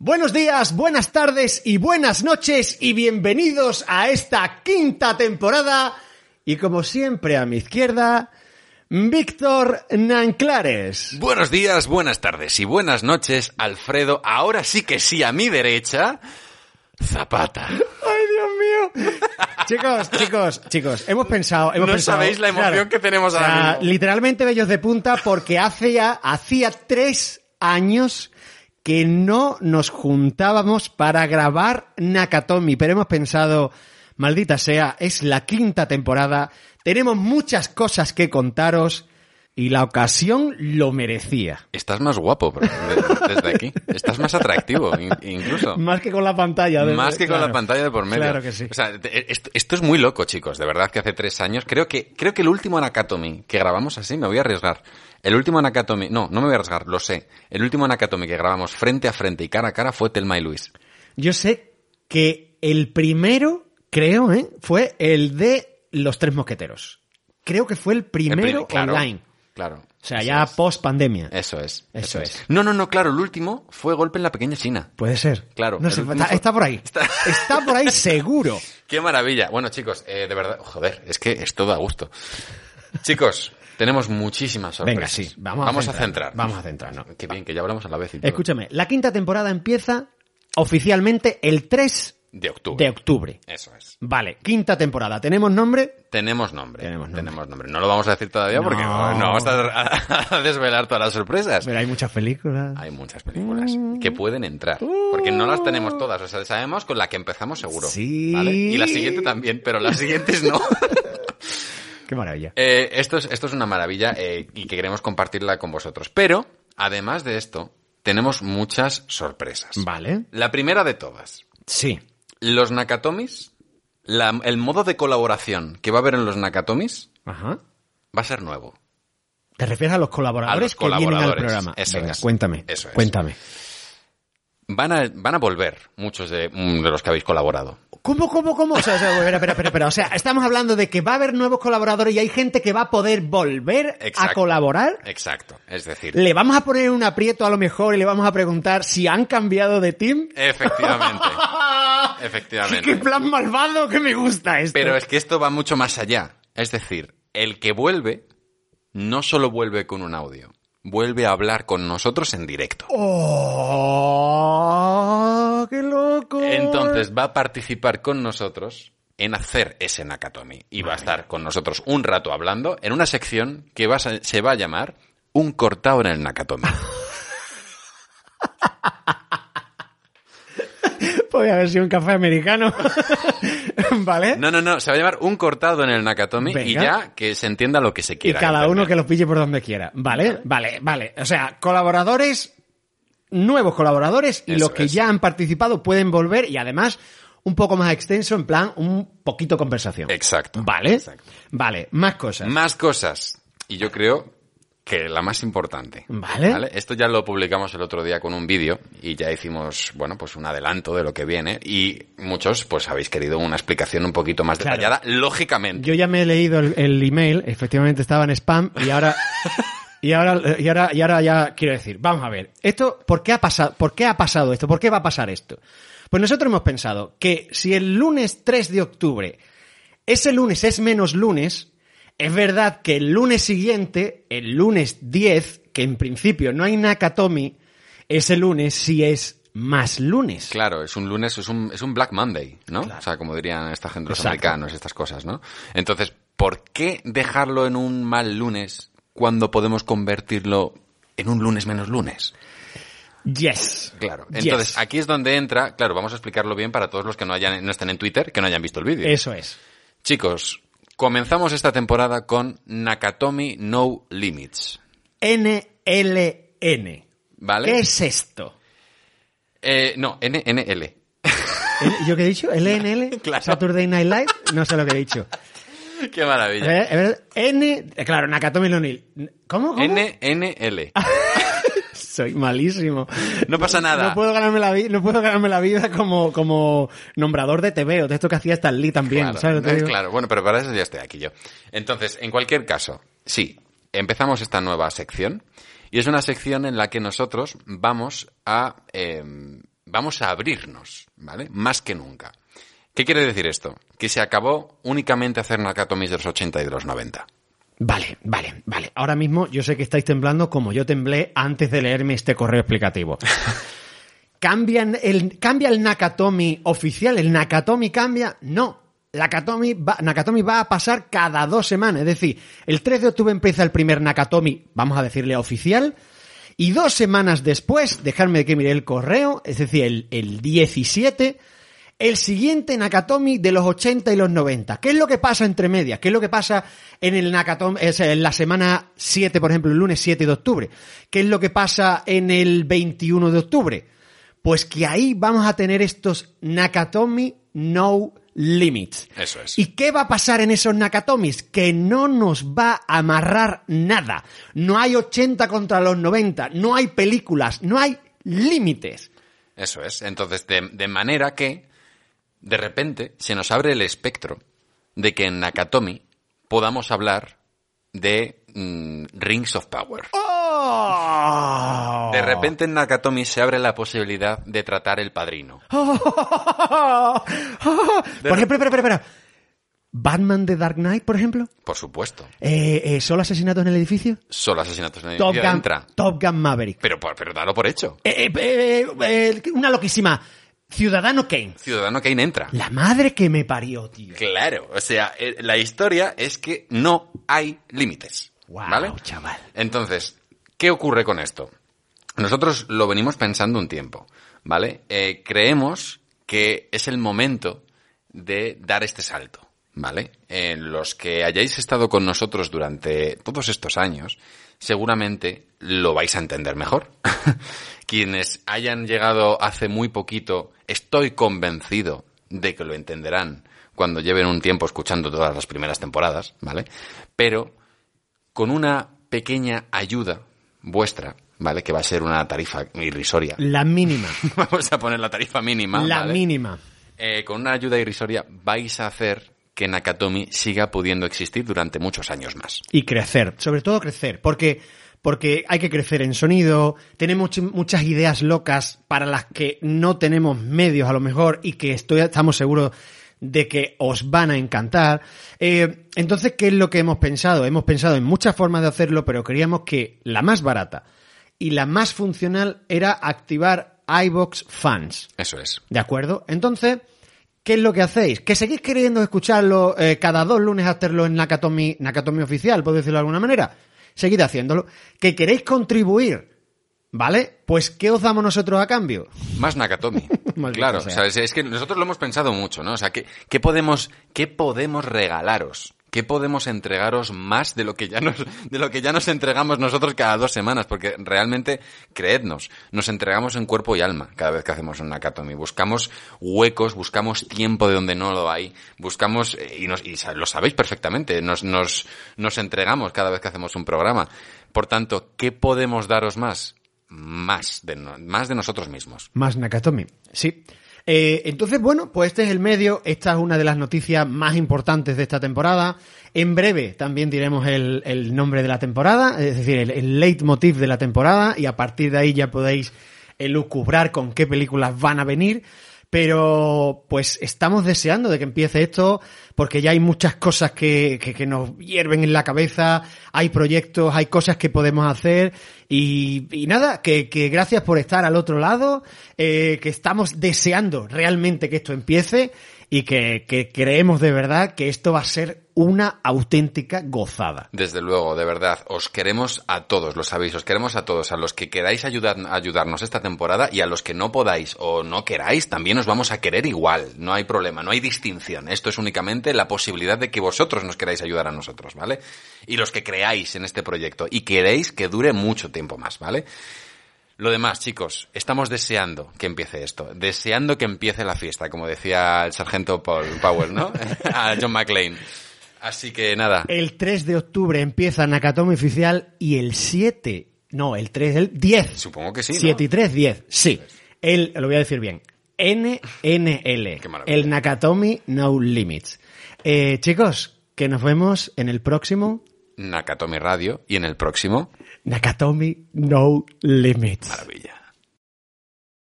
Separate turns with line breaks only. Buenos días, buenas tardes y buenas noches y bienvenidos a esta quinta temporada. Y como siempre a mi izquierda, Víctor Nanclares.
Buenos días, buenas tardes y buenas noches, Alfredo. Ahora sí que sí, a mi derecha, Zapata.
¡Ay, Dios mío! chicos, chicos, chicos, hemos pensado... Hemos
no
pensado,
sabéis la emoción
claro,
que tenemos
o sea,
ahora mismo.
literalmente bellos de punta porque hace ya, hacía tres años que no nos juntábamos para grabar Nakatomi, pero hemos pensado, maldita sea, es la quinta temporada, tenemos muchas cosas que contaros y la ocasión lo merecía.
Estás más guapo bro, de- desde aquí. Estás más atractivo, in- incluso.
Más que con la pantalla. desde-
Más que con
claro.
la pantalla de por medio.
Claro que sí.
O sea, te- esto, esto es muy loco, chicos. De verdad que hace tres años. Creo que, creo que el último Nakatomi que grabamos así, me voy a arriesgar. El último Nakatomi, no, no me voy a arriesgar, lo sé. El último Nakatomi que grabamos frente a frente y cara a cara fue Telma y Luis.
Yo sé que el primero, creo, ¿eh? fue el de Los Tres Mosqueteros. Creo que fue el
El
primero
prim- claro,
online.
Claro.
O sea,
Eso
ya
es. Eh,
post pandemia.
Eso es.
Eso es.
No, no, no, claro, el último fue golpe en la pequeña China.
Puede ser.
Claro,
No
el
sé,
último
está,
fue-
está por ahí. Está...
Está-
por ahí seguro.
Qué maravilla. Bueno, chicos, eh, de verdad, joder, es que es todo a gusto. Chicos, tenemos muchísimas sorpresas.
Venga, sí. Vamos,
a centrar.
Vamos a centrarnos.
Qué bien, que ya hablamos a la vez. y todo.
Escúchame, la quinta temporada empieza oficialmente el 3
De octubre.
de octubre.
Eso es.
Vale, quinta temporada. ¿Tenemos nombre?
Tenemos nombre.
Tenemos nombre.
nombre. No lo vamos a decir todavía porque
No.
no vamos a, a desvelar todas las sorpresas.
Pero hay muchas películas.
Hay muchas películas que pueden entrar. Porque no las tenemos todas. O sea, sabemos con la que empezamos seguro.
Sí.
¿vale? Y la siguiente también, pero las siguientes no.
Qué maravilla.
Eh, esto, es, esto es una maravilla eh, y que queremos compartirla con vosotros. Pero, además de esto, tenemos muchas sorpresas.
Vale.
La primera de todas.
Sí.
Los Nakatomis, la- el modo de colaboración que va a haber en los Nakatomis
Ajá.
va a ser nuevo.
¿Te refieres a los colaboradores,
A los
que vienen al
colaboradores,
programa?
eso
Venga,
es.
cuéntame.
Eso es.
Cuéntame.
Van a, van a volver muchos de, mm, de los que habéis colaborado.
¿Cómo, cómo, cómo? O sea, o sea, espera, espera, espera, espera. O sea, estamos hablando de que va a haber nuevos colaboradores y hay gente que va a poder volver a
Exacto.
colaborar.
Exacto. Es decir,
Le vamos a poner un aprieto a lo mejor y le vamos a preguntar si han cambiado de team.
efectivamente.
¡Qué
efectivamente.
plan malvado que me gusta esto!
Ah, Pero es que esto va mucho más allá. Es decir, el que vuelve no solo vuelve con un audio, vuelve a hablar con nosotros en directo.
¡Oh! ¡Qué loco!
Entonces va a participar con nosotros en hacer ese Nakatomi. Y va a estar con nosotros un rato hablando en una sección que va a se se va a llamar Un cortado en el Nakatomi.
Podría haber sido un café americano. ¿Vale?
No, no, no, se va a llamar Un cortado en el Nakatomi y
Venga.
ya que se entienda lo que se
y
quiera.
cada
entender.
uno que lo pille por donde quiera. ¿Vale? Vale, vale. O sea, colaboradores, nuevos colaboradores y
Eso
los que
es.
ya han participado pueden volver y además un poco más extenso, en plan, un poquito conversación.
Exacto.
¿Vale?
Exacto.
Vale, más cosas.
Más cosas. Y yo creo que la más importante.
Vale.
Esto ya lo publicamos el otro día con un vídeo y ya hicimos, bueno, pues un adelanto de lo que viene y muchos pues habéis querido una explicación un poquito más
Claro.
detallada, lógicamente.
Yo ya me he leído el, el email, efectivamente estaba en spam y ahora y ahora y ahora y ahora ya quiero decir, vamos a ver, esto ¿por qué ha pasado? ¿Por qué ha pasado esto? ¿Por qué va a pasar esto? Pues nosotros hemos pensado que si el lunes 3 de octubre ese lunes es menos lunes, es verdad que el lunes siguiente, el lunes 10, que en principio no hay Nakatomi, ese lunes sí es más lunes.
Claro, es un lunes, es un, es un Black Monday, ¿no? O sea, como dirían esta gente, los
Exacto.
americanos, estas cosas, ¿no? Entonces, ¿por qué dejarlo en un mal lunes cuando podemos convertirlo en un lunes menos lunes?
Yes.
Claro.
Yes.
Entonces, aquí es donde entra, claro, vamos a explicarlo bien para todos los que no hayan, no estén en Twitter, que no hayan visto el vídeo.
Eso es.
Chicos, comenzamos esta temporada con Nakatomi No Limits.
NLN.
¿Vale?
¿Qué es esto?
Eh, no, NNL.
¿El- ¿Yo qué he dicho? ¿LNL?
Claro.
Saturday Night Live. No sé lo que he dicho.
Qué
A
maravilla.
ver, a ver, N. eh, Claro, Nakatomi no Nil. ¿Cómo? ¿Cómo?
NNL.
Soy malísimo.
No pasa nada.
No puedo ganarme la, vi- no puedo ganarme la vida como, como nombrador de TV o de esto que hacía Stan Lee también.
Claro,
¿sabes lo que te
eh,
digo?
claro. bueno, pero para eso ya estoy aquí yo. Entonces, en cualquier caso, sí, empezamos esta nueva sección y es una sección en la que nosotros vamos a eh, vamos a abrirnos, ¿vale? Más que nunca. ¿Qué quiere decir esto? Que se acabó únicamente hacer Nakatomis de los 80 y de los 90.
Vale, vale, vale. Ahora mismo yo sé que estáis temblando como yo temblé antes de leerme este correo explicativo. ¿Cambian el, ¿Cambia el Nakatomi oficial? ¿El Nakatomi cambia? No. La Katomi va, Nakatomi va a pasar cada dos semanas. Es decir, el 3 de octubre empieza el primer Nakatomi, vamos a decirle oficial. Y dos semanas después, dejadme que mire el correo, es decir, el, el 17, el siguiente Nakatomi de los 80 y los 90. ¿Qué es lo que pasa entre medias? ¿Qué es lo que pasa en el Nakatomi, es, en la semana 7, por ejemplo, el lunes 7 de octubre? ¿Qué es lo que pasa en el 21 de octubre? Pues que ahí vamos a tener estos Nakatomi no limits.
Eso es.
¿Y qué va a pasar en esos Nakatomis? Que no nos va a amarrar nada. No hay 80 contra los 90, no hay películas, no hay límites.
Eso es. Entonces, de, de manera que, de repente, se nos abre el espectro de que en Nakatomi podamos hablar de mm, Rings of Power.
¡Oh!
De repente en Nakatomi se abre la posibilidad de tratar el padrino.
Por ejemplo, espera, espera, espera. Batman de Dark Knight, por ejemplo.
Por supuesto.
Eh, eh, ¿Solo asesinatos en el edificio?
Solo asesinatos en el
Top
edificio
Gun,
entra.
Top Gun Maverick.
Pero, por- pero dalo por hecho.
Eh, eh, eh, eh, eh, una loquísima. Ciudadano Kane.
Ciudadano Kane entra.
La madre que me parió, tío.
Claro, o sea, eh, la historia es que no hay límites.
Wow,
¿Vale?
chaval.
Entonces, ¿qué ocurre con esto? Nosotros lo venimos pensando un tiempo, ¿vale? Eh, creemos que es el momento de dar este salto, ¿vale? Eh, los que hayáis estado con nosotros durante todos estos años, seguramente lo vais a entender mejor. Quienes hayan llegado hace muy poquito, estoy convencido de que lo entenderán cuando lleven un tiempo escuchando todas las primeras temporadas, ¿vale? Pero con una pequeña ayuda vuestra, ¿vale? Que va a ser una tarifa irrisoria.
La mínima.
Vamos a poner la tarifa mínima.
la
¿vale?
mínima.
Eh, con una ayuda irrisoria vais a hacer que Nakatomi siga pudiendo existir durante muchos años más.
Y crecer, sobre todo crecer, porque, porque hay que crecer en sonido, tenemos ch- muchas ideas locas para las que no tenemos medios a lo mejor y que estoy, estamos seguros de que os van a encantar. Eh, entonces, ¿qué es lo que hemos pensado? Hemos pensado en muchas formas de hacerlo, pero creíamos que la más barata y la más funcional era activar iBox Fans.
Eso es.
¿De acuerdo? Entonces, ¿qué es lo que hacéis? Que seguís queriendo escucharlo eh, cada dos lunes hacerlo en Nakatomi, Nakatomi oficial, por decirlo de alguna manera. Seguid haciéndolo. Que queréis contribuir, ¿vale? Pues, ¿qué os damos nosotros a cambio?
Más Nakatomi.
Maldito
claro,
sea.
o sea, es- es que nosotros lo hemos pensado mucho, ¿no? O sea, ¿qué, qué podemos, ¿qué podemos regalaros? ¿Qué podemos entregaros más de lo que ya nos, de lo que ya nos entregamos nosotros cada dos semanas? Porque realmente, creednos, nos entregamos en cuerpo y alma cada vez que hacemos un Nakatomi. Buscamos huecos, buscamos tiempo de donde no lo hay, buscamos, eh, y, nos, y sa- lo sabéis perfectamente, nos, nos, nos entregamos cada vez que hacemos un programa. Por tanto, ¿qué podemos daros más? Más de, no- más de nosotros mismos.
Más Nakatomi, sí. Eh, entonces, bueno, pues este es el medio, esta es una de las noticias más importantes de esta temporada. En breve también diremos el, el nombre de la temporada, es decir, el, el leitmotiv de la temporada, y a partir de ahí ya podéis elucubrar con qué películas van a venir. Pero pues estamos deseando de que empiece esto, porque ya hay muchas cosas que, que- que nos hierven en la cabeza, hay proyectos, hay cosas que podemos hacer, y, y nada, que, que gracias por estar al otro lado, eh, que estamos deseando realmente que esto empiece y que, que creemos de verdad que esto va a ser una auténtica gozada.
Desde luego, de verdad, os queremos a todos, lo sabéis, os queremos a todos, a los que queráis ayudar, ayudarnos esta temporada y a los que no podáis o no queráis, también os vamos a querer igual, no hay problema, no hay distinción, esto es únicamente la posibilidad de que vosotros nos queráis ayudar a nosotros, ¿vale? Y los que creáis en este proyecto y queréis que dure mucho tiempo más, ¿vale? Lo demás, chicos, estamos deseando que empiece esto, deseando que empiece la fiesta, como decía el sargento Paul Powell, ¿no? a John McClane. Así que nada,
El 3 de octubre empieza Nakatomi Oficial y el 7, no, el 3, el 10.
Supongo que sí. ¿no?
7 y 3, 10. Sí. El, lo voy a decir bien. NNL.
Qué maravilla.
El Nakatomi No Limits. Eh, chicos, que nos vemos en el próximo
Nakatomi Radio y en el próximo
Nakatomi No Limits.
Maravilla.